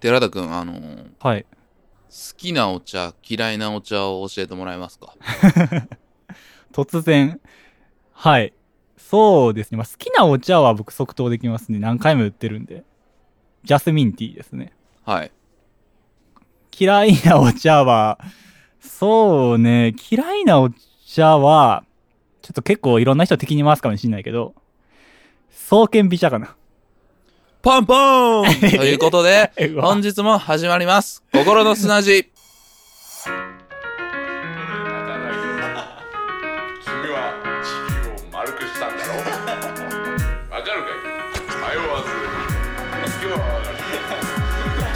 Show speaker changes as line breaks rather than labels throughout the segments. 寺田くん、あのー好
はい。
きなお茶、嫌いなお茶を教えてもらえますか
突然。はい。そうですね。まあ、好きなお茶は僕即答できますね。何回も言ってるんで。ジャスミンティーですね。
はい。
嫌いなお茶は、そうね、嫌いなお茶は、ちょっと結構いろんな人敵に回すかもしれないけど、双剣美茶かな。
ポンポーンということで、
え うわ
本日も始まります。心の砂地。
君は地球を丸くしたんだろうわかるかい迷わず今日はわかる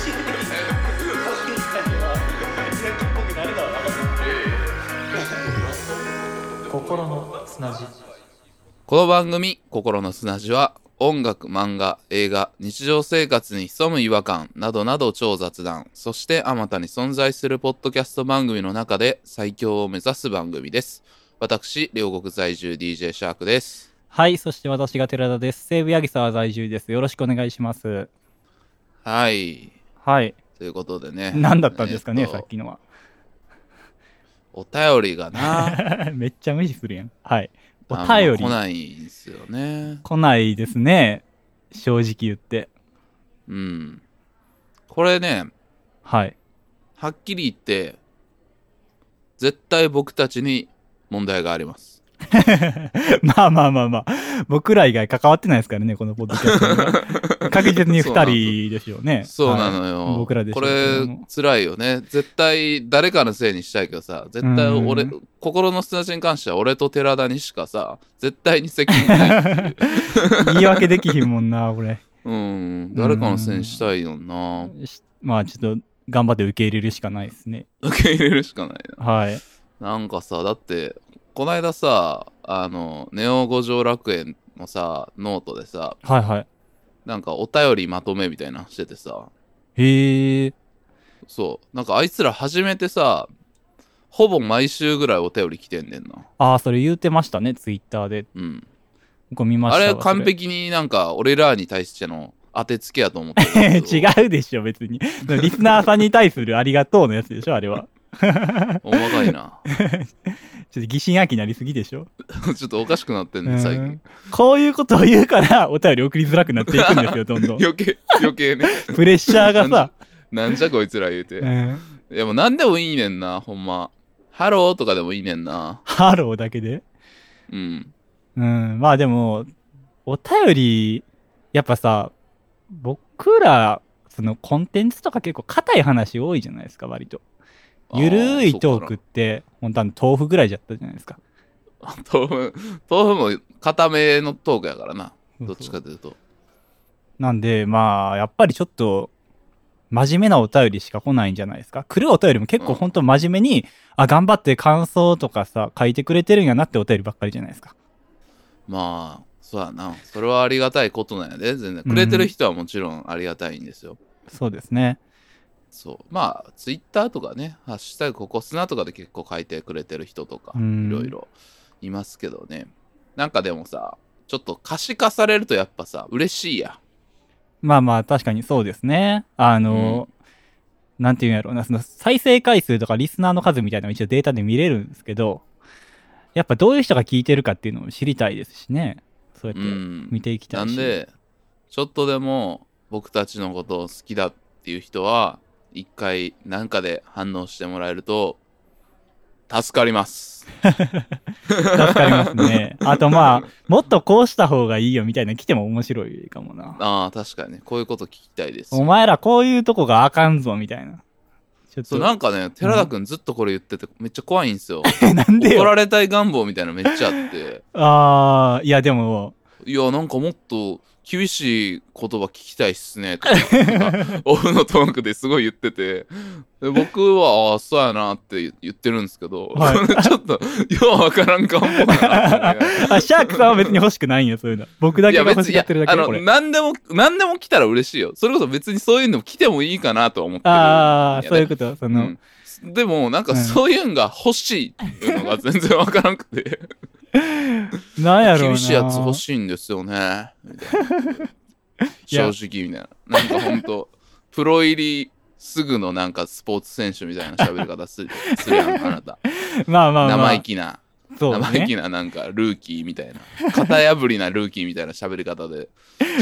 この番組、心の砂地は、音楽、漫画、映画、日常生活に潜む違和感などなど超雑談、そしてあまたに存在するポッドキャスト番組の中で最強を目指す番組です。私、両国在住 DJ シャークです。
はい、そして私が寺田です。西部八木沢在住です。よろしくお願いします。
はい。
はい。
ということでね。
何だったんですかね、
えと
さっきのは。
お便りがな、
めっちゃ無視するやん。はい。お
あん
便
ま
り
来ないんですよね。
来ないですね。正直言って。
うん。これね、
はい。
はっきり言って、絶対僕たちに問題があります。
まあまあまあまあ。僕ら以外関わってないですからね、このポッドキャストに は。確実に二人ですよね。
そうなの
は
よ。
い僕らでしょ
こ
うけど
れ
も、
辛いよね。絶対、誰かのせいにしたいけどさ、絶対俺
う、
心の砂地に関しては俺と寺田にしかさ、絶対に責任 ない。
言い 訳できひんもんな、これ。
うん、誰かのせいにしたいよな。
しまあちょっと、頑張って受け入れるしかないですね。
受け入れるしかないな。
はい。
なんかさ、だって、こないださ、あの、ネオ五条楽園のさ、ノートでさ、
はいはい。
な
なん
んかお便りまとめみたいなのしててさ、
へえ。
そう。なんかあいつら初めてさ、ほぼ毎週ぐらいお便り来てんねんな。
ああ、それ言うてましたね、ツイッターで。
うん。
僕見まし
あ
たわ
れ完。
そ
璧になんか俺らに対しての当てつけやと思ってる
れ
けど。
違うでしょ、別に。リスナーさんに対するありがとうのやつでしょ、あれは。
おまかいな。
ちょっと疑心暗鬼になりすぎでしょ。
ちょっとおかしくなってんねん、最
うん
近。
こういうことを言うから、 お便り送りづらくなっていくん ですよ、どんどん。
余計、余計ね。
プレッシャーがさ。
なんじゃこいつら言う
う
て。
ん
いやもう何でもいいねんな、ほんま。ハローとかでもいいねんな。
ハローだけで。
うん。
うん、まあでも、お便り、やっぱさ、僕ら、そのコンテンツとか結構硬い話多いじゃないですか、割と。ゆるいトークって、本当あの豆腐ぐらいじゃったじゃないですか。
あそうかな。豆腐、 豆腐も固めのトークやからな。どっちかというと。
なんで、まあ、やっぱりちょっと、真面目なお便りしか来ないんじゃないですか。来るお便りも結構本当真面目に、あ、頑張って感想とかさ、書いてくれてるんやなってお便りばっかりじゃないですか。
まあ、そうやな。それはありがたいことなんやで、全然。くれてる人はもちろんありがたいんですよ。
そうですね。
そう。まあ、ツイッターとかね、ハッシュタグここ砂とかで結構書いてくれてる人とか、
うん
いろいろいますけどね。なんかでもさ、ちょっと可視化されるとやっぱさ、嬉しいや。
まあまあ、確かにそうですね。あの、なんていうんやろうな、その再生回数とかリスナーの数みたいなのも一応データで見れるんですけど、やっぱどういう人が聞いてるかっていうのを知りたいですしね。そうや
う
って
ん。
見ていきたい
な
し。
んで、ちょっとでも僕たちのことを好きだっていう人は、一回なんかで反応してもらえると、助かります。
助かりますね。あとまあ、もっとこうした方がいいよみたいなの来ても面白いかもな。
ああ、確かにね。こういうこと聞きたいです。
お前らこういうとこがあかんぞみたいな。ちょっ
そ
と、
う、
な
なんんかね、寺田くんずっとこれ言ってて、めっちゃ怖いんですよ。 怒
でよ。
られたい願望みたいなのめっちゃあって。
ああ、いやでも、
いや、なんかもっと厳しい言葉聞きたいっすね、とか、なんかオフのトークですごい言ってて。で僕は、ああ、そうやなって言ってるんですけど、
はい
そ れちょっと、ようわからん願望だ なってね。
あ、シャークさんは別に欲しくないんや、そういうの。僕だ
い
け
や
が
別に、
欲し
い
がっ
や
てるだけ
あ
よ
の
これ。、
何でも、何でも来たら嬉しいよ。それこそ別にそういうのも来てもいいかなとは思ってる。
ああ、
いや
そういうこと、その、
うん、でもなんか
うん
そういうのが欲しいっていうのが全然わからなくて
なんやろうな。
厳しいやつ 欲しいんですよねみたいな
いや
正直みたいななんかほんとプロ入りすぐのなんかスポーツ選手みたいな喋り方すするやん、あなた。
ま あまあまあ。
生意気な、
そうね
生意気ななんかルーキーみたいな、型破りなルーキーみたいな喋り方で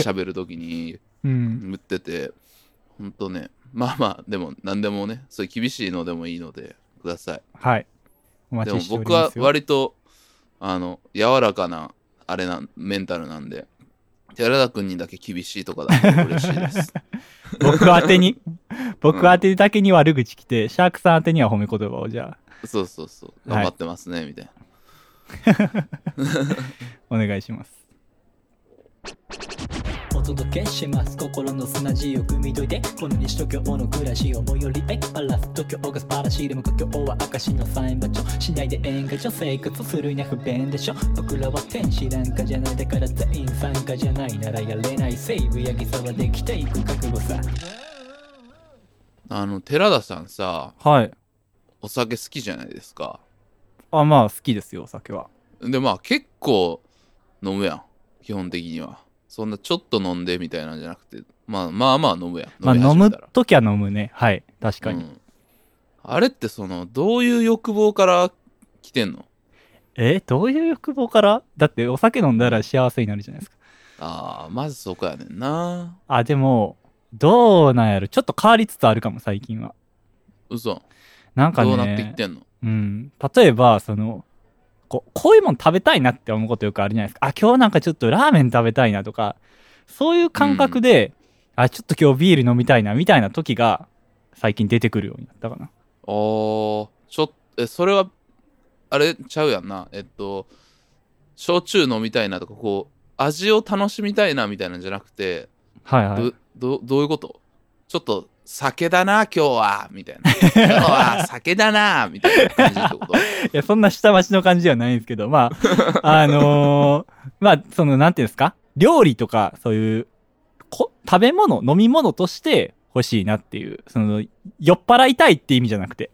喋るときに
うん。
言ってて、ほんとね、まあまあ、でも何でもね、そういう厳しいのでもいいのでください。
はい。お
で
待
も
ちしており
僕
ま
は
すよ。
割とあの柔らかなあれなメンタルなんで寺田君にだけ厳しいとかだと嬉しいです
僕宛てに、僕宛てだけに悪口来て、シャークさん宛てには褒め言葉をじゃあ、
そうそうそう
は
頑
い
張ってますね、みたいな
お願いします。
お届けします心の砂地を汲み解いてこの西東京の暮らしを最寄りへバラす東京が素晴らしいでも今日は証のサイン場所しないで演歌所生活するには不便でしょ僕らは天使なんかじゃないだから全員参加じゃないならやれないセーブやぎさはできていく覚悟さ
あの寺田さんさ
はい。
お酒好きじゃないですか
あ、まあ、好きですよ、お酒は。
でまあ結構飲むやん基本的にはそんなちょっと飲んでみたいなんじゃなくてまあまあまあ飲むやん
まあ、
み
飲
始め
む
たら
ときは飲むね。はい。確かに。
うんあれってそのどういう欲望から来てんの
え、どういう欲望からだって、お酒飲んだら幸せになるじゃないですか。
ああまずそこやねんな
あ、でも、どうなんやろ。ちょっと変わりつつあるかも、最近は。
嘘
なんかね、
どうなっていってんの
うん。例えば、その、こうこういうもん食べたいなって思うことよくあるじゃないですか。あ、今日なんかちょっとラーメン食べたいなとか、そういう感覚で、あ、ちょっと今日ビール飲みたいなみたいな時が、最近出てくるようになったかな。
あーちょっえそれはあれちゃうやんなえっと焼酎飲みたいなとかこう味を楽しみたいなみたいなんじゃなくて、
はいはい。
どどどういうことちょっと酒だな今日はみた いな今日は酒だなみたいな感じってこと
いや、そんな下町の感じではないんですけど、ま あ、あのーまあ、その、なんていうんですか料理とか、そういう、こ食べ物、飲み物として欲しいなっていう、その、酔っ払いたいって意味じゃなくて。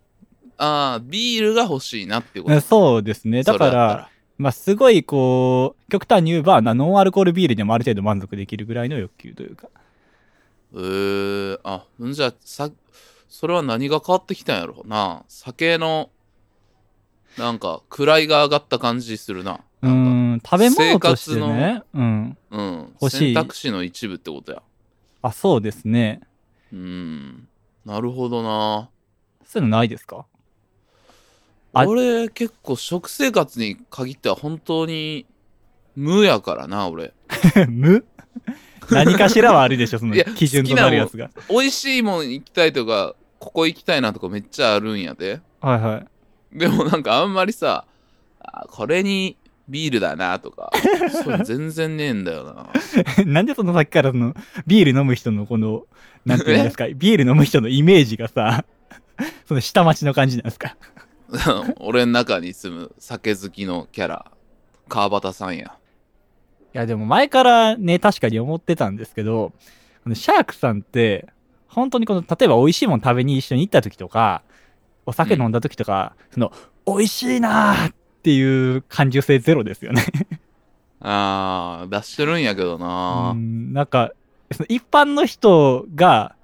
ああビールが欲しいなっていうこと
そうですね。だ
それ
か
った
ら、まあ、すごい、こう、極端に言えば、なノンアルコールビールでもある程度満足できるぐらいの欲求というか。
えー、あんじゃあさそれは何が変わってきたんやろうな酒のなんか位が上がった感じするな
う
なんか
ん、食べ物として
生
ね。うん。
うん、
欲し
選
い
択肢の一部ってことや。
あ、そうですね。
うん。なるほどな。
そういうのないですか あ
俺、結構食生活に限っては本当に無やからな、俺。
無何かしらはあるでしょ、その
いや
基準となるやつが。
美味しいもん行きたいとか、ここ行きたいなとかめっちゃあるんやで。
はいはい。
でもなんかあんまりさ、あこれにビールだなとか、そういうの全然ねえんだよな。
なんでそのさっきからそのビール飲む人のこの、なんていうんですか、ビール飲む人のイメージがさ、 その下町の感じなんですか。
俺の中に住む酒好きのキャラ、川端さんや。
いやでも前からね、確かに思ってたんですけど、あのシャークさんって、本当にこの、例えば美味しいもの食べに一緒に行った時とか、お酒飲んだ時とか、その、美味しいなーっていう感受性ゼロですよね。
あー、出してるんやけどな。
うんなんか、その一般の人が、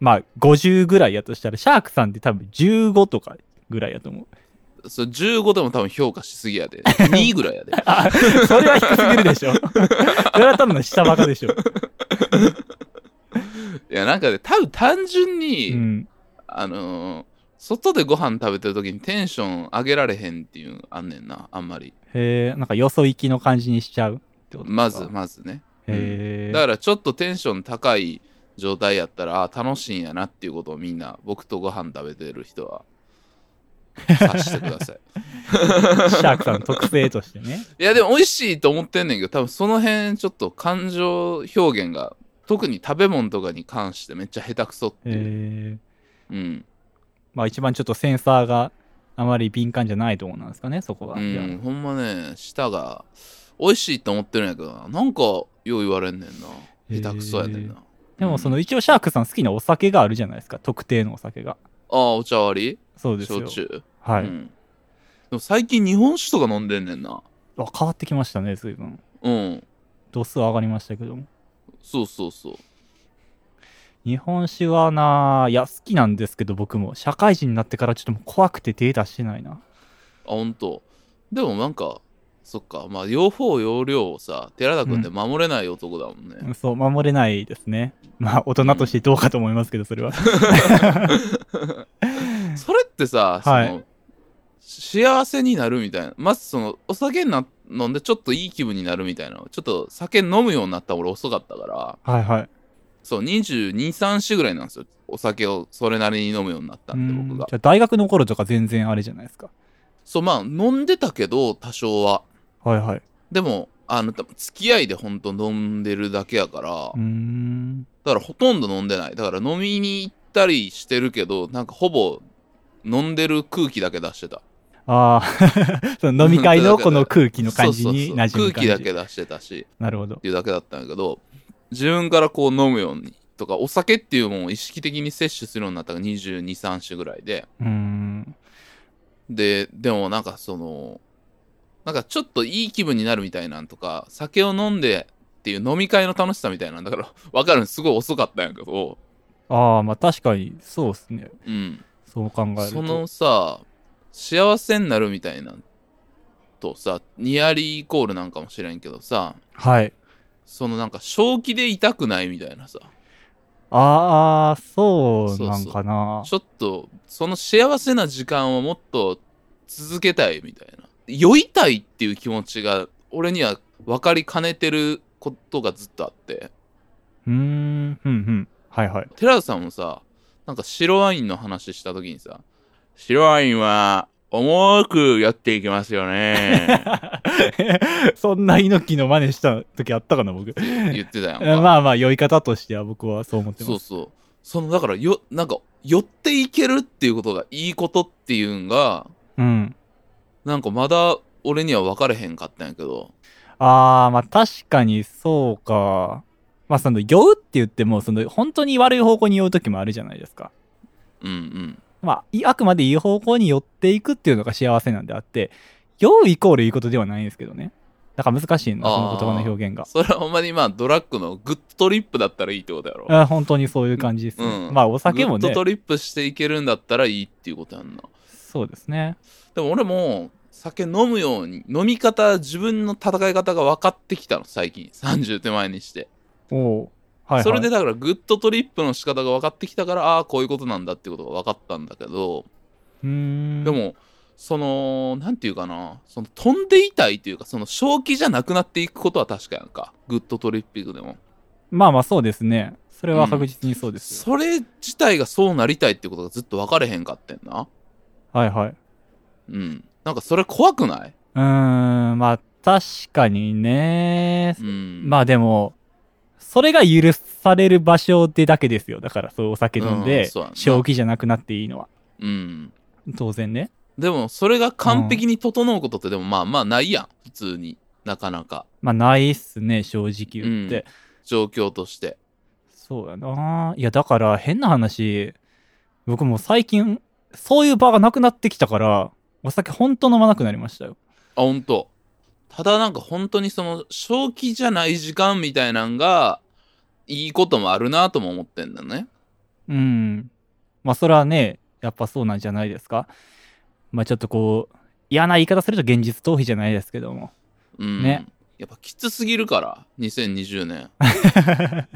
まあ、50ぐらいやとしたら、シャークさんって多分15とかぐらいやと思う。
そう15でも多分評価しすぎや で2ぐらいやで
あ、それは低すぎるで しょ。それは多分下バカでしょ。
いやなんかね多分単純
う
に、
ん。
あのー外でご飯食べてる時にテンション上げられへんっていうのあんねんなあんまり
へえ、なんかよそ行きの感じにしちゃうってことですか
まず。まずね
へ
だ
え。
からちょっとテンション高い状態やったらあ楽しいんやなっていうことをみんな僕とご飯食べてる人は察してくだ さい
シャークさんの特性としてね。
いやでも美味しいと思ってんねんけど多分その辺ちょっと感情表現が特に食べ物とかに関してめっちゃ下手くそって いう、
へえ。
うん
まあ一番ちょっとセンサーがあまり敏感じゃないところなんですかね、そこは。
う
じゃあ
ん、ほんまね、舌が、美味しいと思ってるんやけどな、なんか、よう言われんねんな。
へー
下手くそやねんな。
でもその
うん
一応シャークさん好きなお酒があるじゃないですか、特定のお酒が。
ああ、お茶割
そう
り
ですよ。
焼酎。
は
う
い。
ん。でも最近日本酒とか飲んでんねんな。
あ変わってきましたね、随分。
うん。
度数は上がりましたけども。
そうそうそう。
日本酒はな、いや、好きなんですけど、僕も。社会人になってからちょっともう怖くて手出してないな。
本当でもなんかそっかまあ両方両量をさ寺田君って守れない男だもんね、
そう、守れないですね。まあ、大人としてどうかと思いますけど、それは。
それってさ、
はい
そのし幸せになるみたいなまずそのお酒な飲んでちょっといい気分になるみたいなちょっと酒飲むようになった俺遅かったから
はいはい。
そう223歳ぐらいなんですよお酒をそれなりに飲むようになった
うん
で
ん
僕
じ
が
ゃあ、大学の頃とか全然あれじゃないですか。
そうまあ飲んでたけど多少は
はいはい。
でもあの多分付き合いでほんと飲んでるだけやから
うーん。
だからほとんど飲んでない。だから飲みに行ったりしてるけど、なんかほぼ飲んでる空気だけ出してた。
ああ、 その飲み会のこの空気の感じに
そう
馴
そうそ
染
う
む感じ。
空気だけ出してたし、
なるほど
っ。ていうだけだったんだけど、自分からこう飲むようにとか、お酒っていうものを意識的に摂取するようになったのが22、3種ぐらいで。
うーん。
で、でもなんかその、なんかちょっといい気分になるみたいなんとか、酒を飲んでっていう飲み会の楽しさみたいなんだから、わかるんですごい遅かったんやけど、
ああ、まあ確かにそうですね。
うん。
そう考えると。
そのさ幸せになるみたいなとさニアリーイコールなんかもしれんけどさ
はい。
そのなんか正気で痛くないみたいなさ
ああ、そうなんかな。
ちょっとその幸せな時間をもっと続けたいみたいな酔いたいっていう気持ちが俺には分かりかねてることがずっとあって
うーん、うん、うん。はいはい。
寺田さんもさなんか白ワインの話した時にさ白ワインは重くやっていきますよね
そんな猪木の真似した時あったかな、僕。
言ってたやんか
まあまあ、酔い方としては僕はそう思って
そ
ま
う
す。
そう。その、だから、よ、なんか、寄っていけるっていうことがいいことっていうんが、
うん。
なんかまだ俺には分かれへんかったんやけど、
ああ、まあ確かにそうか。まあその、酔うって言っても、その、本当に悪い方向に酔う時もあるじゃないですか。
うんうん。
まあ、いあくまでいい方向に寄っていくっていうのが幸せなんであって、酔うイコールいいことではないんですけどね。だから難しいな、そ
あ
の
ー
言葉の表現が。
それはほんまにまあ、ドラッグのグッドトリップだったらいいってことやろ。
あー本当にそういう感じですね。
うん
まあ、お酒も
グッ
ね
ド、トリップしていけるんだったらいいっていうことやんな。
そうですね。
でも俺も、酒飲むように、飲み方、自分の戦い方が分かってきたの、最近。30手前にして。
おおはい、はい。
それでだから、グッドトリップの仕方が分かってきたから、ああー、こういうことなんだってことが分かったんだけど、
うーん。
でも、その、なんていうかな、その飛んでいたいというか、その正気じゃなくなっていくことは確かやんか。グッドトリッピングでも。
まあまあそうですね。それは確実にそうです
そ
よ。
れ自体がそうなりたいってことがずっと分かれへんかってんな。
はいはい。う
うん。なんかそれ怖くない
ーん、まあ確かにね
う。ん。
まあでも、それが許される場所でだけですよ。だからそうお酒飲ん
うん
で
そうやん、な
正気じゃなくなっていいのは。
うん。
当然ね。
でも、それが完璧に整うことってでもまあまあないやん。普通に。なかなか。
まあないっすね、正直言って。
うん状況として。
そうやな。いやだから変な話、僕もう最近、そういう場がなくなってきたから、お酒ほんと飲まなくなりましたよ。
あ、ほんと。ただなんか本当にその正気じゃない時間みたいなんがいいこともあるなとも思ってんだね。
うん。まあ、それはね、やっぱそうなんじゃないですか。まあ、ちょっとこう、嫌な言い方すると現実逃避じゃないですけども。
うん、
ね
やっぱきつすぎるから2020年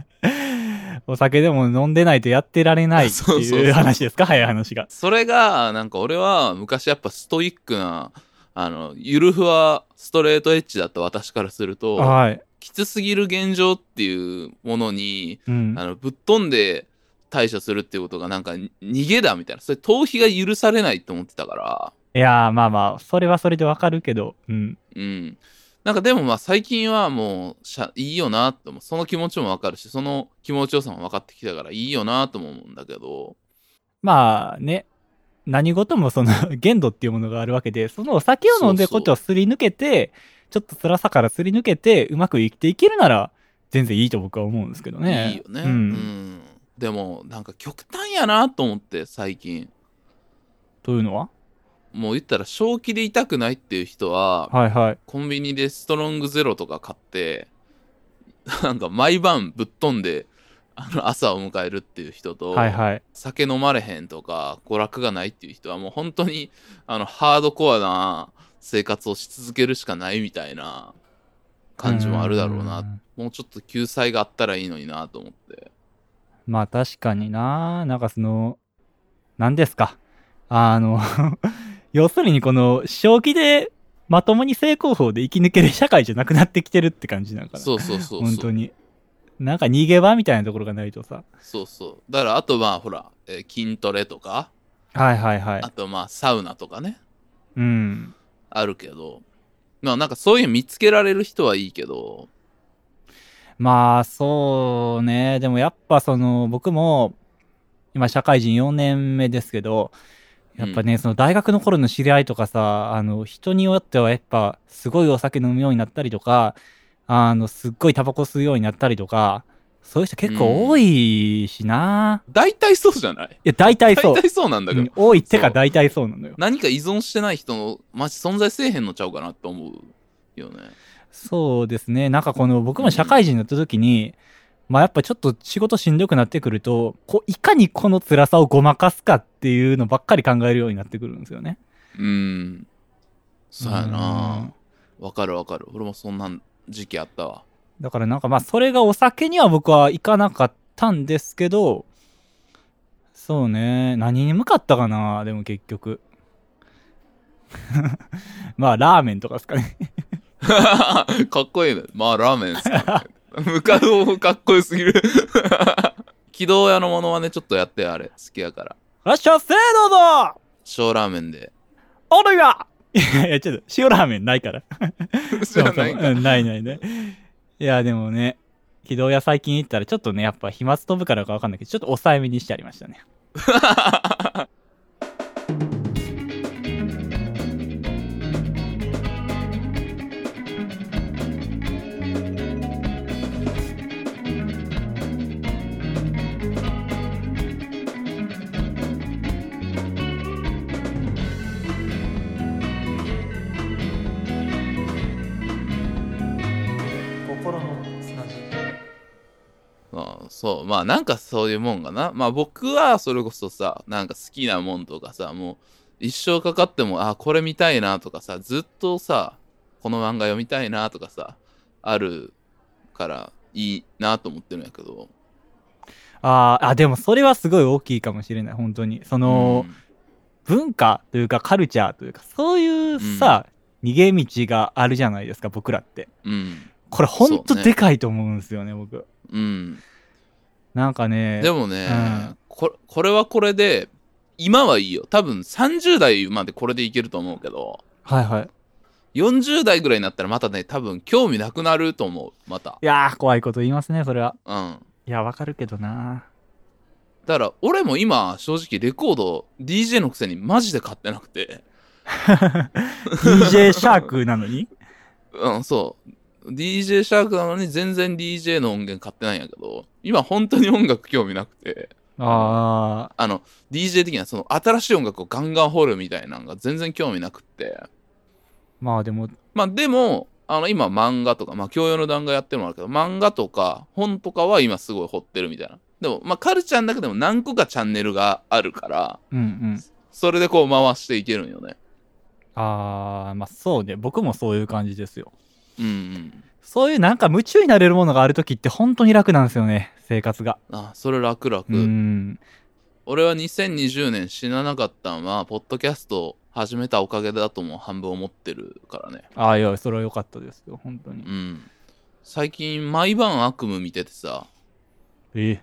お酒でも飲んでないとやってられないって
そうそう
い
そう
う話ですか早い話が。
それがなんか俺は昔やっぱストイックなあのゆるふわストレートエッジだった私からすると
はい。
きつすぎる現状っていうものに
うん
あ。のぶっ飛んで対処するっていうことがなんかに逃げだみたいなそれ逃避が許されないと思ってたから
いやー、まあまあ、それはそれでわかるけど、うん。
うんなんかでもまあ最近はもうしゃいいよなと思うその気持ちもわかるしその気持ちよさも分かってきたからいいよなとも思うんだけど
まあね、何事もその 限度っていうものがあるわけで、そのお酒を飲んでることをすり抜けて、ちょっと辛さからすり抜けて、うまく生きていけるなら、全然いいと僕は思うんですけどね。
いいよね、
う
うん
ん。
でもなんか極端やなと思って最近
というのは
もう言ったら正気で痛くないっていう人は
はいはい。
コンビニでストロングゼロとか買ってなんか毎晩ぶっ飛んであの朝を迎えるっていう人と、
はいはい。
酒飲まれへんとか娯楽がないっていう人はもう本当にあのハードコアな生活をし続けるしかないみたいな感じもあるだろうな
うん
もうちょっと救済があったらいいのになと思って
まあ確かにな、なんかその、何ですか。あの、 要するにこの、正気で、まともに正攻法で生き抜ける社会じゃなくなってきてるって感じだから。
そうそうそうそう
本当に。なんか逃げ場みたいなところがないとさ。
そうそうだからあとまあほら、えー筋トレとか
はいはいはい
あ。とまあサウナとかね
うん。
あるけどまあなんかそういう見つけられる人はいいけど
まあそうね。でもやっぱその、僕も、今社会人4年目ですけど、やっぱね、その大学の頃の知り合いとかさ、あの、人によってはやっぱ、すごいお酒飲むようになったりとか、あの、すっごいタバコ吸うようになったりとか、そういう人結構多いしな、
大体そうじゃない
いや、大体そ
大
う。
体そうなんだけ
う
ど、
ん多いって
そ
か
う
大体そうなのよ。
何か依存してない人のマジ存在せえへんのちゃうかなと思うよね
そうですね。なんかこの、僕も社会人になった時に、まあやっぱちょっと仕事しんどくなってくると、こう、いかにこの辛さをごまかすかっていうのばっかり考えるようになってくるんですよね。
うん。そうや
うん
な。わかるわかる。俺もそんなん時期あったわ。
だからなんかまあそれがお酒には僕はいかなかったんですけどそうね何に向かったかなでも結局 まあラーメンとかですかね
かっこいいね。まあ、ラーメンっすか、ね。向かう方法かっこよすぎる。 軌道屋のものはね、ちょっとやってよあれ。好きやから。
らっしゃせーどうぞ
小ラーメンで。
おるがいやいやちょっと塩ラーメンないから
知らないん か。
そうそううんないないないいやでもね軌道屋最近行ったらちょっとねやっぱ飛沫飛ぶからかわかんないけどちょっと抑えめにしてありましたね
心の砂地
ああそう。まあ、なんかそういうもんがな。まあ、僕はそれこそさ、なんか好きなもんとかさ、もう、一生かかっても、あ、これ見たいなとかさ、ずっとさ、この漫画読みたいなとかさ、あるからいいなと思ってるんやけど。
あーあでもそれはすごい大きいかもしれない本当にその、
うん
文化というかカルチャーというかそういうさ、逃げ道があるじゃないですか僕らって
うん。
これほんと
そうね
でかいと思うんですよね僕
うん。
なんかね
でもね、
うん
こ、これはこれで、今はいいよ。多分30代までこれでいけると思うけど、
はいはい
40代ぐらいになったらまたね、多分興味なくなると思う。また。
いやー怖いこと言いますねそれは
うん。
いやわかるけどな
だから俺も今正直レコード DJ のくせにマジで買ってなくて
DJ シャークなのに
うんそう DJ シャークなのに全然 DJ の音源買ってないんやけど今本当に音楽興味なくて
あ
あの DJ 的なその新しい音楽をガンガン掘るみたいなのが全然興味なくって
ーまあでも
まあでもあの今漫画とかまあ教養の段階やってるのもあるけど漫画とか本とかは今すごい掘ってるみたいなでもまあカルチャーの中でも何個かチャンネルがあるから
うんうん
それでこう回していけるんよね
ああまあそうね僕もそういう感じですよ
うんうん
そういうなんか夢中になれるものがある時って本当に楽なんですよね生活が
あそれ楽々、
うん
俺は2020年死ななかったんはポッドキャストを始めたおかげだとも半分思ってるからね
ああいやそれは良かったですよ本当に
うん最近毎晩悪夢見ててさ
ええ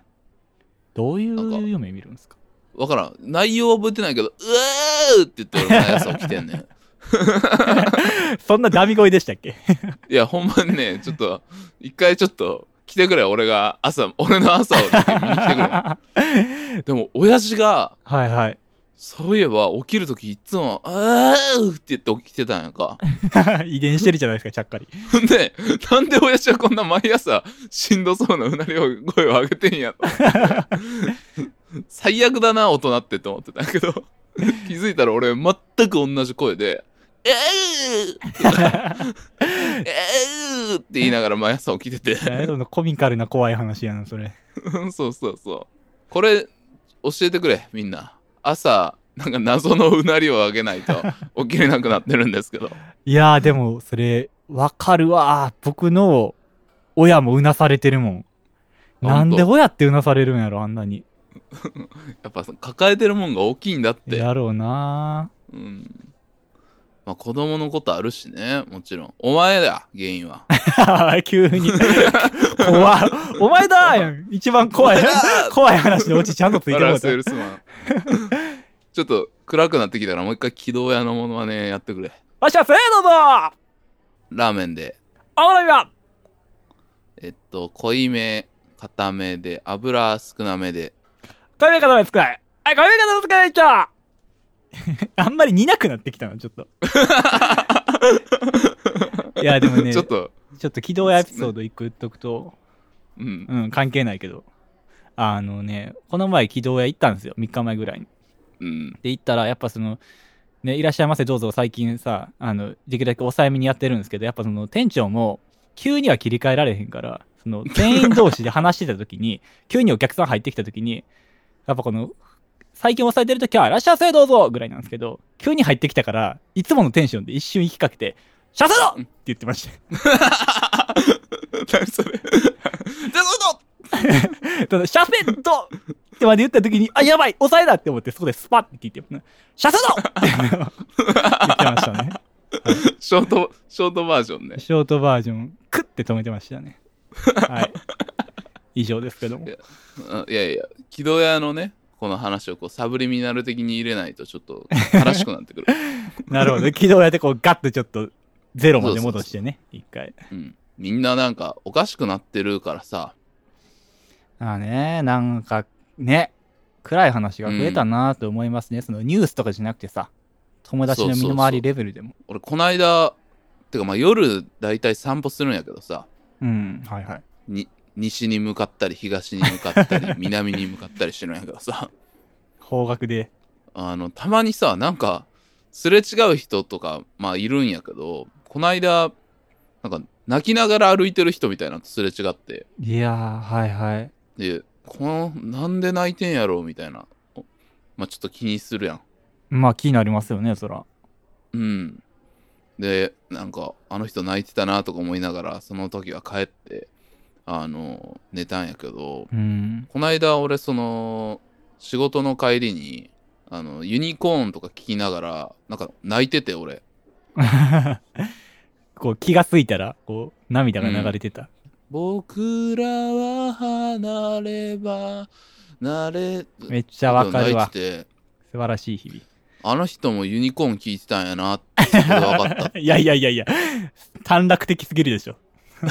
どうい
なんか
う夢見るんですか
わからん内容は覚えてないけどうわーって言って俺毎朝起きてんねん
そんなダミ声でしたっけ
いやほんまにねちょっと一回ちょっと来てくれ俺が朝俺の朝を見に来てくれ
は
でも親父が
いはい。
そういえば起きるときいつも「あー」って言って起きてたんやんか
遺伝してるじゃないですか、ちゃっかり。
ほんで、なんで親父はこんな毎朝しんどそうなうなり声を上げてんやと思って。最悪だな、大人ってと思ってたけど、気づいたら俺全く同じ声で、えー、えーって言いながら毎朝起きてて
何そのコミカルな怖い話やな、それ。
そうそうそうこれ教えてくれみんな朝なんか謎のうなりを上げない と起きれなくなってるんですけど
いやー、でも、それ、わかるわー。僕の親もうなされてるもん。なんで
ほん
親ってうなされるんやろ、あんなに。
やっぱ抱えてるもんが大きいんだって
やろうな
うん。まあ子供のことあるしね、もちろん。お前だ、原因 は。
ー。急に。怖い。お前だーやん一番怖い
お前だ。ー
怖い話でオチちゃんとついて
バ
も
ラ
ら
ン
っ
ス
た
ウ。ルスマン。 ちょっと暗くなってきたらもう一回軌道屋のものはね、やってくれ。
わしはせーのだ
ラーメンで、
青波は
えっと、濃いめ、固めで、油少なめで。
こういう方の少ない。はい、こういう方の少ないかあんまり似なくなってきたな、ちょっと。いや、でもね、
ち
ち
ょ
ょ
っと、
っと軌道やエピソード一個言っとくと、
うん。
うん、関係ないけど。あのね、この前、軌道屋行ったんですよ。3日前ぐらいに。
うん。
で、行ったら、やっぱその、ね、いらっしゃいませ、どうぞ、最近さ、あの、できるだけ抑えめにやってるんですけど、やっぱその、店長も、急には切り替えられへんから、その、店員同士で話してた時に、 急にお客さん入ってきた時に、やっぱこの、最近抑えてる時は、いらっしゃいませ、どうぞぐらいなんですけど、急に入ってきたから、いつものテンションで一瞬息かけて、シャセドって言ってました。
何それ。どういうこと
ただ、シャセドってまで言った時に、あ、やばい抑えだって思って、そこでスパッて聞いて、シャセドって言ってましたね。
ショート、ショートバージョンね。
ショートバージョン、クッて止めてまし たね。はい。以上ですけども
い。やあいやいや、軌道屋のね、この話をこうサブリミナル的に入れないとちょっと悲しくなってくる。
なるほど。軌道やってこう、ガッとちょっと、ゼロまで戻してね、一回。
うん、みんななんかおかしくなってるからさ、
ああね、なんか、ね、暗い話が増えたなと思いますね。そのニュースとかじゃなくてさ、友達の身の回りレベルでも。
俺こないだてかまあ夜大体散歩するんやけどさ
うん、はいはい。
に西に向かったり東に向かったり南に向かったりしてるんやけどさ
方角で。
あのたまにさなんかすれ違う人とかまあいるんやけどこないだなんか泣きながら歩いてる人みたいなのとすれ違って
いやー、はいはい。
でこのなんで泣いてんやろみたいなおまあちょっと気にするやん
まあ、気になりますよね、そら。
うん。で、なんか、あの人泣いてたなとか思いながら、その時は帰って、あの、寝たんやけど、
うん。
こないだ俺、その、仕事の帰りに、あの、ユニコーンとか聞きながら、なんか泣いてて、俺。
こう、気がついたら、こう、涙が流れてた。
僕らは離れば、なれ、
めっちゃわかる
泣い
わ。
てて、
素晴らしい日々。
あの人もユニコーン聞いてたんやなって、そこでわかった。
いやいやいやいや、短絡的すぎるでしょ。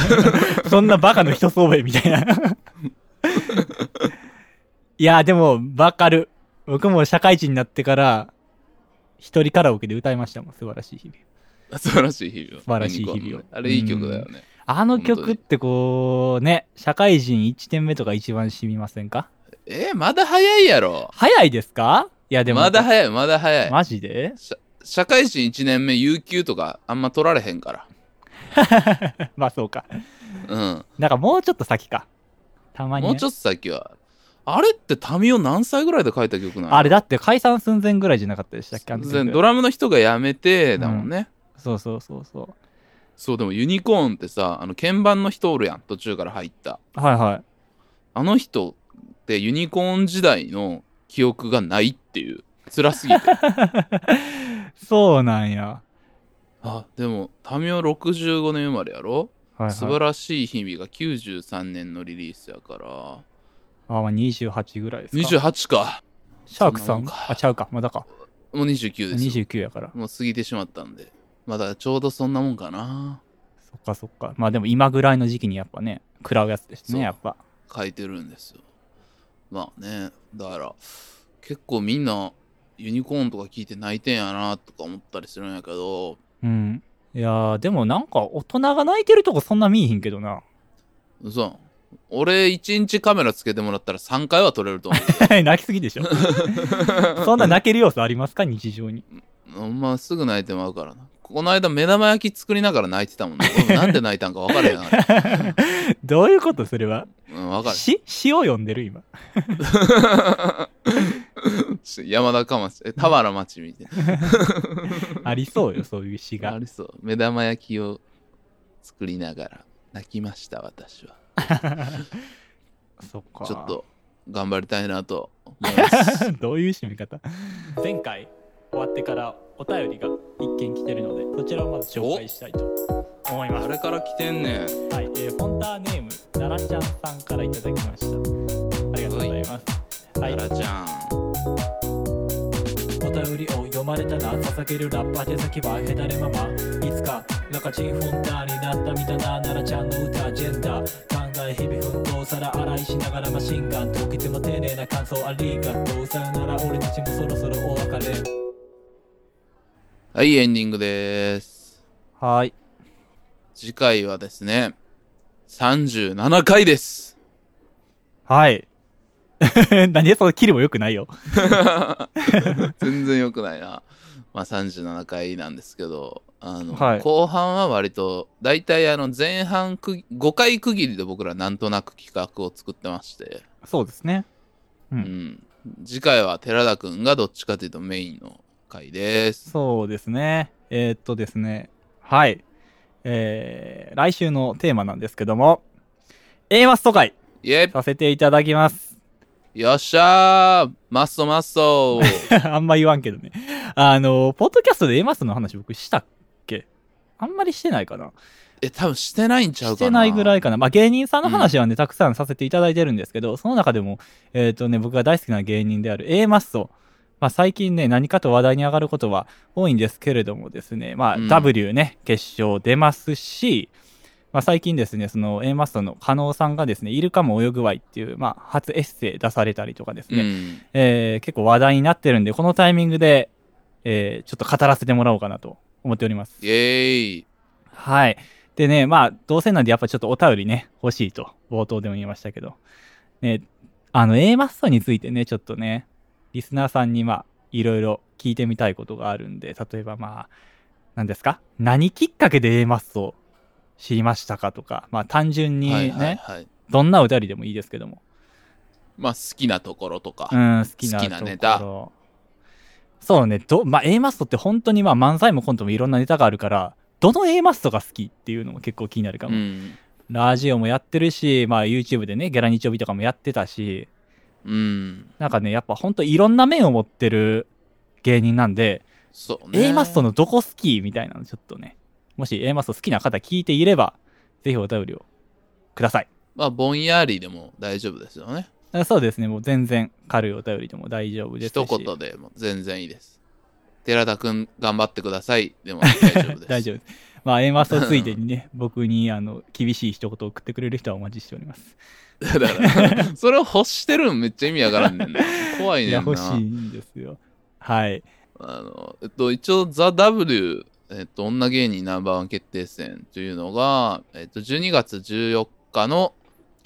そんなバカの人相場みたいな。 いや、でも、わかる。僕も社会人になってから、一人カラオケで歌いましたもん、素晴らしい日々。
素晴らしい日々を。
素晴らしい日々を
ユニコーンのねあれ、いい曲だよね。
あの曲ってこう、ね、社会人1年目とか一番染みませんか
えーまだ早いやろ。
早いですかいや、でも、
まだ早い、まだ早い。
マジで
社社会人1年目、有給とかあんま取られへんか
まあそうか。
ら。
なんかもうちょっと先か。た
う
ま
ん。
に、ね。
もうちょっと先は。あれって民を何歳ぐらいで書いた曲なの
あれだって解散寸前ぐらいじゃなかったでしたっけあの曲
全ドラムの人が辞めて、だもんね。
そうそうそうそう。
そう、でもユニコーンってさ、あの、鍵盤の人おるやん、途中から入った。
はいはい。
あの人ってユニコーン時代の記憶がないっていう。辛す ぎて。
そうなんや。
あ、でも、民を65年生まれやろ、
はいはい、
素晴らしい日々が93年のリリースやから。
あ、まあ28ぐらいですか。
28か。
シャークさ
そん
ん
なもんか
あ、ちゃうか。まだか。
もう29ですよ。
29やから。
もう過ぎてしまったんで。まだちょうどそんなもんかな。
そっかそっか。まあでも今ぐらいの時期にやっぱね、食らうやつです
そう
ね、やっぱ。
書いてるんですよ。まあね、だから、結構みんな、ユニコーンとか聞いて泣いてんやなとか思ったりするんやけど、
うん。いやー、でもなんか大人が泣いてるとこそんな見えへんけどな。
嘘。俺、一日カメラつけてもらったら3回は撮れると 思
泣きすぎでし ょ。そんな泣ける要素ありますか日常に。
う。ほんますぐ泣いてまうからな。この間目玉焼き作りながら泣いてたもんね。俺もなんで泣いたんか分からへんあれ。
どういうことそれは
うん、分かる。
詩詩を読んでる今。
山田かまし、え、俵町みたい
ありそうよ、そういう詩
な。あ
が。
りそう。目玉焼きを作りながら泣きました、私は。
そっか。
ちょっ。と頑張りたいなと思います。
どういう締め方前回終わってからお便りが一件来てるので、そちらをまず紹介したいと思います。
れから来てんねん。
はい、えー、フォンターネーム、ダラちゃんさんからいただきました。ありがとうございます。はい、
らちゃん。
お便りを読まれたら捧げるラップ宛先はへだれままいつかラカチンフォンターになったみたいな奈良ちゃんの歌ジェンダー考え日々奮闘皿洗いしながらマシンガンときても丁寧な感想ありがとうさよなら俺たちもそろそろお別れ
はい、エンディングです。
はい。
次回はですね、37回です。
はい。 何でその切りもよくないよ。
全然良くないな。まあ37回なんですけど、あの、
はい
後半は割と、だいたいあの前半区5回区切りで僕らなんとなく企画を作ってまして、
そうですね。う。
うんん。次回は寺田くんがどっちかというとメインの回です。
そうですね。えーっとですね。はい。えー、来週のテーマなんですけども、A マスト会
イェ
させていただきます。
イよっしゃーマッソマッソ
あんま言わんけどね。あの、ポッドキャストで A マストの話僕したっけあんまりしてないかな。
え、多分してないんちゃう
し
かな
てないぐらい
い。
かな。まあ芸人さんの話はね、たくさんさせていただいてるんですけど、その中でも、えっ、とね、僕が大好きな芸人である A マッソ。まあ最近ね、何かと話題に上がることは多いんですけれどもですね、まあ
うん
W ね、決勝出ますし、まあ最近ですね、その A マッソの加納さんがですね、イルカも泳ぐわいっていう、まあ初エッセイ出されたりとかです
う
ね、
ん。
えー結構話題になってるんで、このタイミングで、えーちょっと語らせてもらおうかなと思っております。
イェーイ
はい。でね、まあ、どうせなんでやっぱちょっとお便りね、欲しいと、冒頭でも言いましたけど。ね、あの、A マッソについてね、ちょっとね、リスナーさんにまあ、いろいろ聞いてみたいことがあるんで、例えばまあ、何ですか何きっかけで A マッソを知りましたかとか、まあ単純にね、
はいはいはい。
どんなお便りでもいいですけども。
まあ好きなところとか。
うん、好きな
好き
とこ
な
ろ
ネタ
そうね、ど、まあ、A マストって本当にまあ漫才もコントもいろんなネタがあるから、どの A マストが好きっていうのも結構気になるかも。
うん。
ラジオもやってるし、まあ YouTube でね、ギャラ日曜日とかもやってたし、
うん。
なんかね、やっぱほんといろんな面を持ってる芸人なんで、
そうね。
A マストのどこ好きみたいなのちょっとね、もし A マスト好きな方聞いていれば、ぜひお便りをください。
まあ、ぼんやりでも大丈夫ですよね。
あそうですね、もう全然軽いお便りでも大丈夫ですし。
一言でも全然いいです。寺田くん、頑張ってください。でも大丈夫です。
大丈夫です。まあ、A マストついでにね、 僕に、あの、厳しい一言を送ってくれる人はお待ちしております。
夫。 だから、それを欲してるんめっちゃ意味わからんねんな。怖い
い
ね
や、
んな。
欲しいんですよ。はい。
あの、えっと、一応、ザ・ W、えっと、女芸人ナンバーワン決定戦というのが、えっと、12月14日の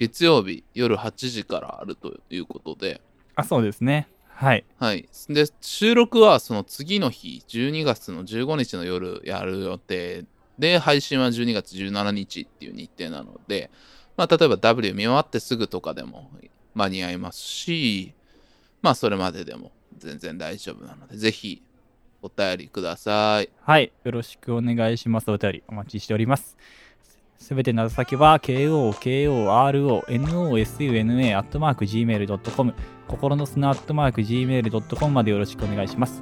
月曜日夜8時からあるということで、
あ、そうですね。はい。
はい。で、収録はその次の日、12月の15日の夜やる予定で、配信は12月17日っていう日程なので、まあ、例えば W 見終わってすぐとかでも間に合いますし、まあ、それまででも全然大丈夫なので、ぜひお便りください。
はい。よろしくお願いします。お便りお待ちしております。すべての宛先は、ko,ko,ro,nosuna,gmail.com、心の砂 .gmail.com までよろしくお願いします。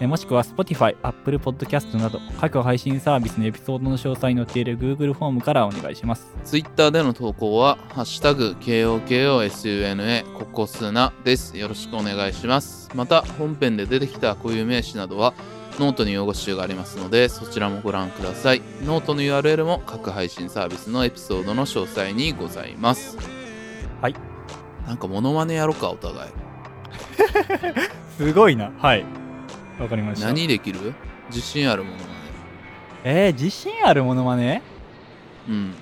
えもしくは Spotify、Apple Podcast など、各配信サービスのエピソードの詳細に載っている Google フォームからお願いします。
Twitter での投稿は、ハッシュタグ、KOKOSUNA、ココスナです。よろしくお願いします。また、本編で出てきた固有名詞などは、ノートに用語集がありますので、そちらもご覧ください。ノートの URL も各配信サービスのエピソードの詳細にございます。
はい。
なんかモノマネやろうか、お互い。
すごいな。はい。わかりました。
何できる自信あるモノマ
えー、自信あるものはね、
ネ。うん。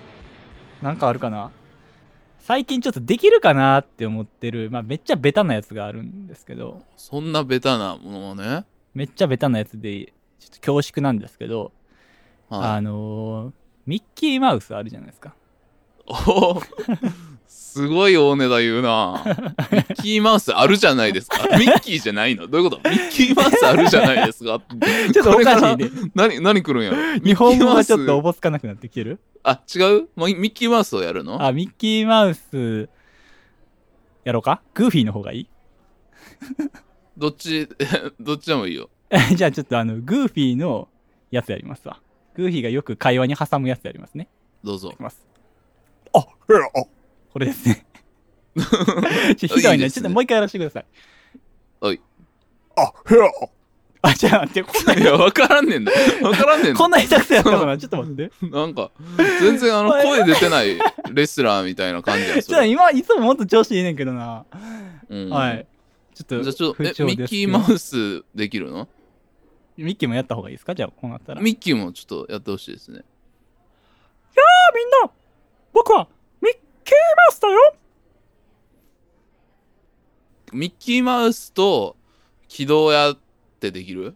なんかあるかな最近ちょっとできるかなって思ってる、まあめっちゃベタなやつがあるんですけど、
そんなベタなモノマネ
めっちゃベタなやつで、ちょっと恐縮なんですけど、
は
あ
い。
のーミッキーマウスあるじゃないですか。
おーすごい大値だ言うな。ミッキーマウスあるじゃないですか。ミッキーじゃないのどういうことミッキーマウスあるじゃないですか。
ちょっとおかしい
これ
ね
か。ら何、何来るんやろ
日本語がちょっと
ミッキーマ
お
ウス
ぼつかなくなってきてる
あ、違うもうミッキーマウスをやるの
あ、ミッキーマウス、やろうかグーフィーの方がいい
どっち、 どっちでもいいよ。
じゃあちょっとあの、グーフィーのやつやりますわ。グーフィーがよく会話に挟むやつやりますね。
どうぞ
い。きます。あ、へあ、これで すね。ちょひど
いい
い
で
ね。
す
ち
ね
ょっともう一回やらせてください。
はい。
あ、へあ。あ、じゃあ待って、こんな、
いや、わからんねんだ。わからんねん
こ
だ
ん。な下手くそやったかなちょっと待って。
なんか、全然あの、
おい
声出てないレスラーみたいな感じ やそ
ちょっと
れ。
今、いつももっと調子いいねんけどな。
うん
はい。。ちょっと、
じゃあちょっと、え、
不調
ミ
で
ッ
すけ
キー
ど
マウスできるの
ミッキーもやった方がいいですかじゃあ、こうなったら。
ミッキーもちょっとやってほしいですね。
みんな僕はミッキーマウスだよ
ミッキーマウスと軌道屋ってでき る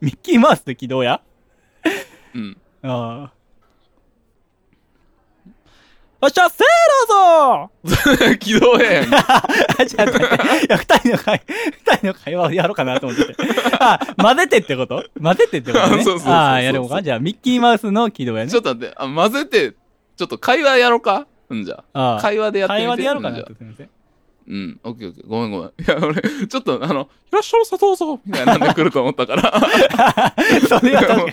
ミッキーマウスと軌道や
うん。
ああ。よっしゃ、セーラーぞ
軌道屋やん。
あ、ちょっと待って。いや、二人の会、二人の会話をやろうかなと思ってて。あ、混ぜてってこと混ぜてってこ と
あそう
ね。
そうそうそう
ああ、やろうか。じゃあ、ミッキーマウスの軌道や ね。
ちょっと待って、あ混ぜて、ちょっと会話やろうかうんじゃ
あ
あ。
あ
会話でやってみて。
会話でやろうかな
じゃ
と。すみません。
うん、オッケーオッケー。ごめんごめん。いや、俺、ちょっと、あの、いらっしゃいませ、どうぞみたいなんで来ると思った から。
それは確かに。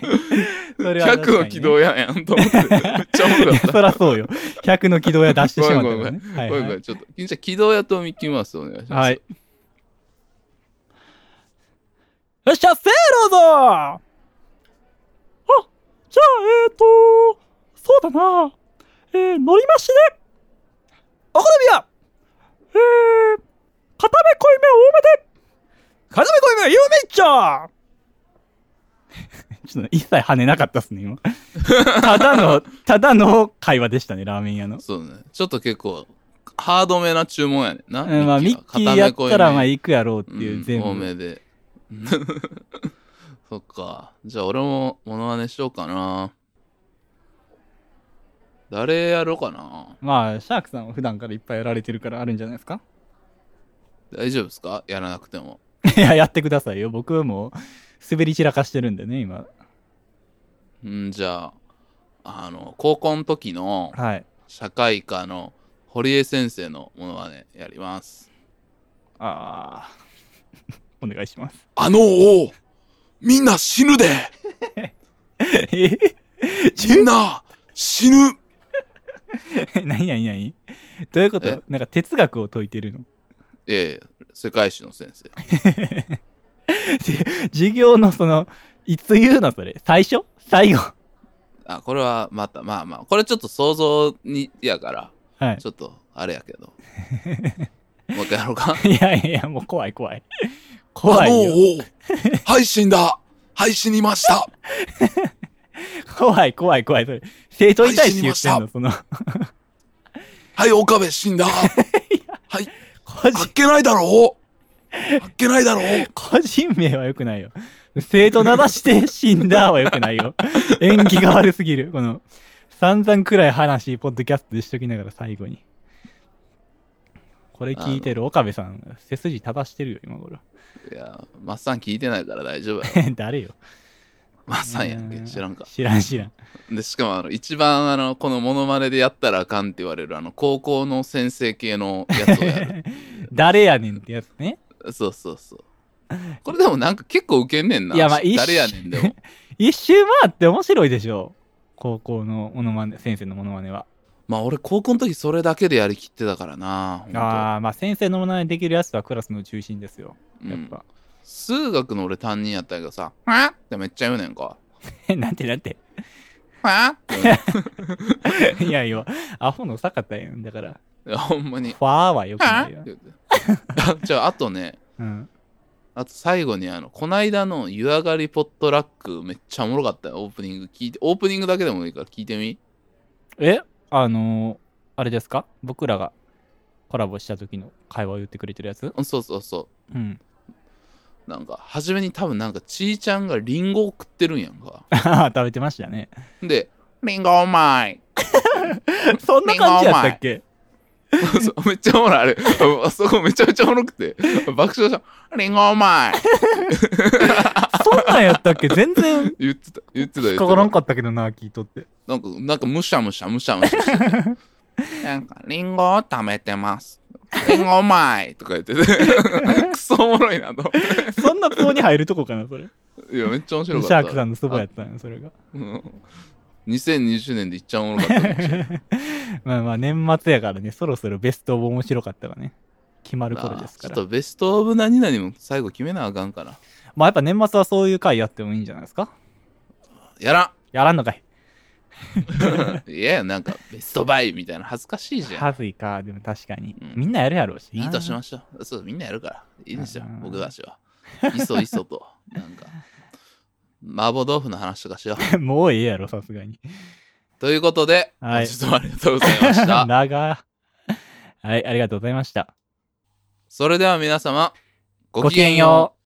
それは確かにね
100の軌道屋やんと思って。めっちゃおもろ
い
か
や、
った。
そらそうよ。100の軌道や出してしまったからね。
ご
はい
めん
は
ごめ
い
ん、ちょっと。じゃあ、軌道屋とミッキーマウスお願いします。
はい。。よっしゃ、せーのぞあ、じゃあ、えっ、ー、と、そうだな。えー、乗りましね。お好みはえー、片目濃いめ多めで片目濃いめは有名っちゃ ちょっと一切跳ねなかったっすね、今。 ただの、ただの会話でしたね、ラーメン屋の。
そうね。ちょっと結構、ハードめな注文やねんな。
うん、まあ、ミッキーやったら、まあ、行くやろうっていう、全
多
部。
めで。 そっか。じゃあ、俺もモノマネしようかな。誰やろうかな。
まあ、シャークさんは普段からいっぱいやられてるからあるんじゃないですか
大丈夫ですかやらなくても。
いや、やってくださいよ。僕も滑り散らかしてるんでね、今。
うん、じゃあ、あの、高校の時の
はい。
社会科の堀江先生のモノマネやります。
ああ。 お願いします。
あの王、みんな死ぬで
え
みんな死ぬ
何何何どういうこ
え
となんか哲学を解いてるの
ええ、世界史の先生。
授業のその、いつ言うのそれ最初最後
あ、これはまた、まあまあ、これちょっと想像に、やから、
はい
ち。ょっと、あれやけ ど。もう一回やろうか。
いやいや、もう怖い怖い。怖いよ。
王、配信だ配信にいました
怖い怖い怖い。それ生徒に対して言ってんのその、
はい、岡部死んだはい、
個人
けないだろうあっけないだろう
個人名は良くないよ。生徒ならして死んだは良くな いよ。演技が悪すぎる。この、散々くらい話、ポッドキャストでしときながら最後に。これ聞いてる岡部さん、背筋正してるよ、今頃。
いや、マッサン聞いてないから大丈夫 や。
誰よ。
マッサンやんけ、知らんか。
知らん知らん。
で、しかも、あの、一番、あの、このモノマネでやったらあかんって言われる、あの、高校の先生系のやつをや る。
誰やねんってやつ ね。
そうそうそう。これでもなんか結構ウケんねんな。
いやまあ一
誰やねんでも。
一周回って面白いでしょ。高校のモノマネ、先生のモノマネは。
まあ俺高校の時それだけでやりきってたからな。
ああ、まあ先生のモノマネできるやつはクラスの中心ですよ。
本
や
当
っ
うん
ぱ。
数学の俺担任やったんやけどさ、はってめっちゃ言うねんか。
なんてなんて。
はって言うね
いやいや、アホの坂田やん。だから、
んいや、ほんまに。
ファーはよく
は
な
っ
い
て。
よ
言うてあじゃあ、あとね、
うん。
あと最後にあの、こないだの湯上がりポットラックめっちゃおもろかったよ。オープニング聞いて、オープニングだけでもいいから聞いてみ。
えあのー、あれですか僕らがコラボした時の会話を言ってくれてるやつ
うんそうそうそう。
うん。
なんか初めに多分なんかちーちゃんがリンゴを食ってるんやんか
食べてましたね。
で「リンゴうまい!
そんな感じやったっけ」
そうめっちゃおもろいあれあそこめちゃめちゃおもろくて爆笑した「リンゴうまい!
そんなんやったっけ全 然」
言ってた言ってた言って
引ったかからんかったけどな、聞いとって。
なんか、なんかむしゃむしゃむしゃむしゃ しててなんか、リンゴを貯めてます。リンゴうまいとか言って て、クソおもろいなと。
そんなプロに入るとこかな、それ。
いや、めっちゃ面
シ
白かった。
ャークさんのそばやったんや、それが。
あ。うん2020年でいっちゃおもろかった。
まあまあ、年末やからね、そろそろベストオブ面白かったがね、決まる頃ですか
ちょ
ら
っ。とベストオブ何々も最後決めなあかんから。
まあやっぱ年末はそういう回やってもいいんじゃないですか
やら
やらんのかい。
んいや、なんか、ベストバイみたいな恥ずかしいじゃん。
はずいか、でも確かに。
うん
みんなやるやろうしな。
いいとしましょう。そう、みんなやるから。いいんですよ
うん、
僕たちは。いそいそと、なんか、麻婆豆腐の話とかしよう。
もうええやろ、さすがに。
ということで、
はい
ちょっとありがとうございました。
長。はい、ありがとうございました。
それでは皆様、
ごきげんよう。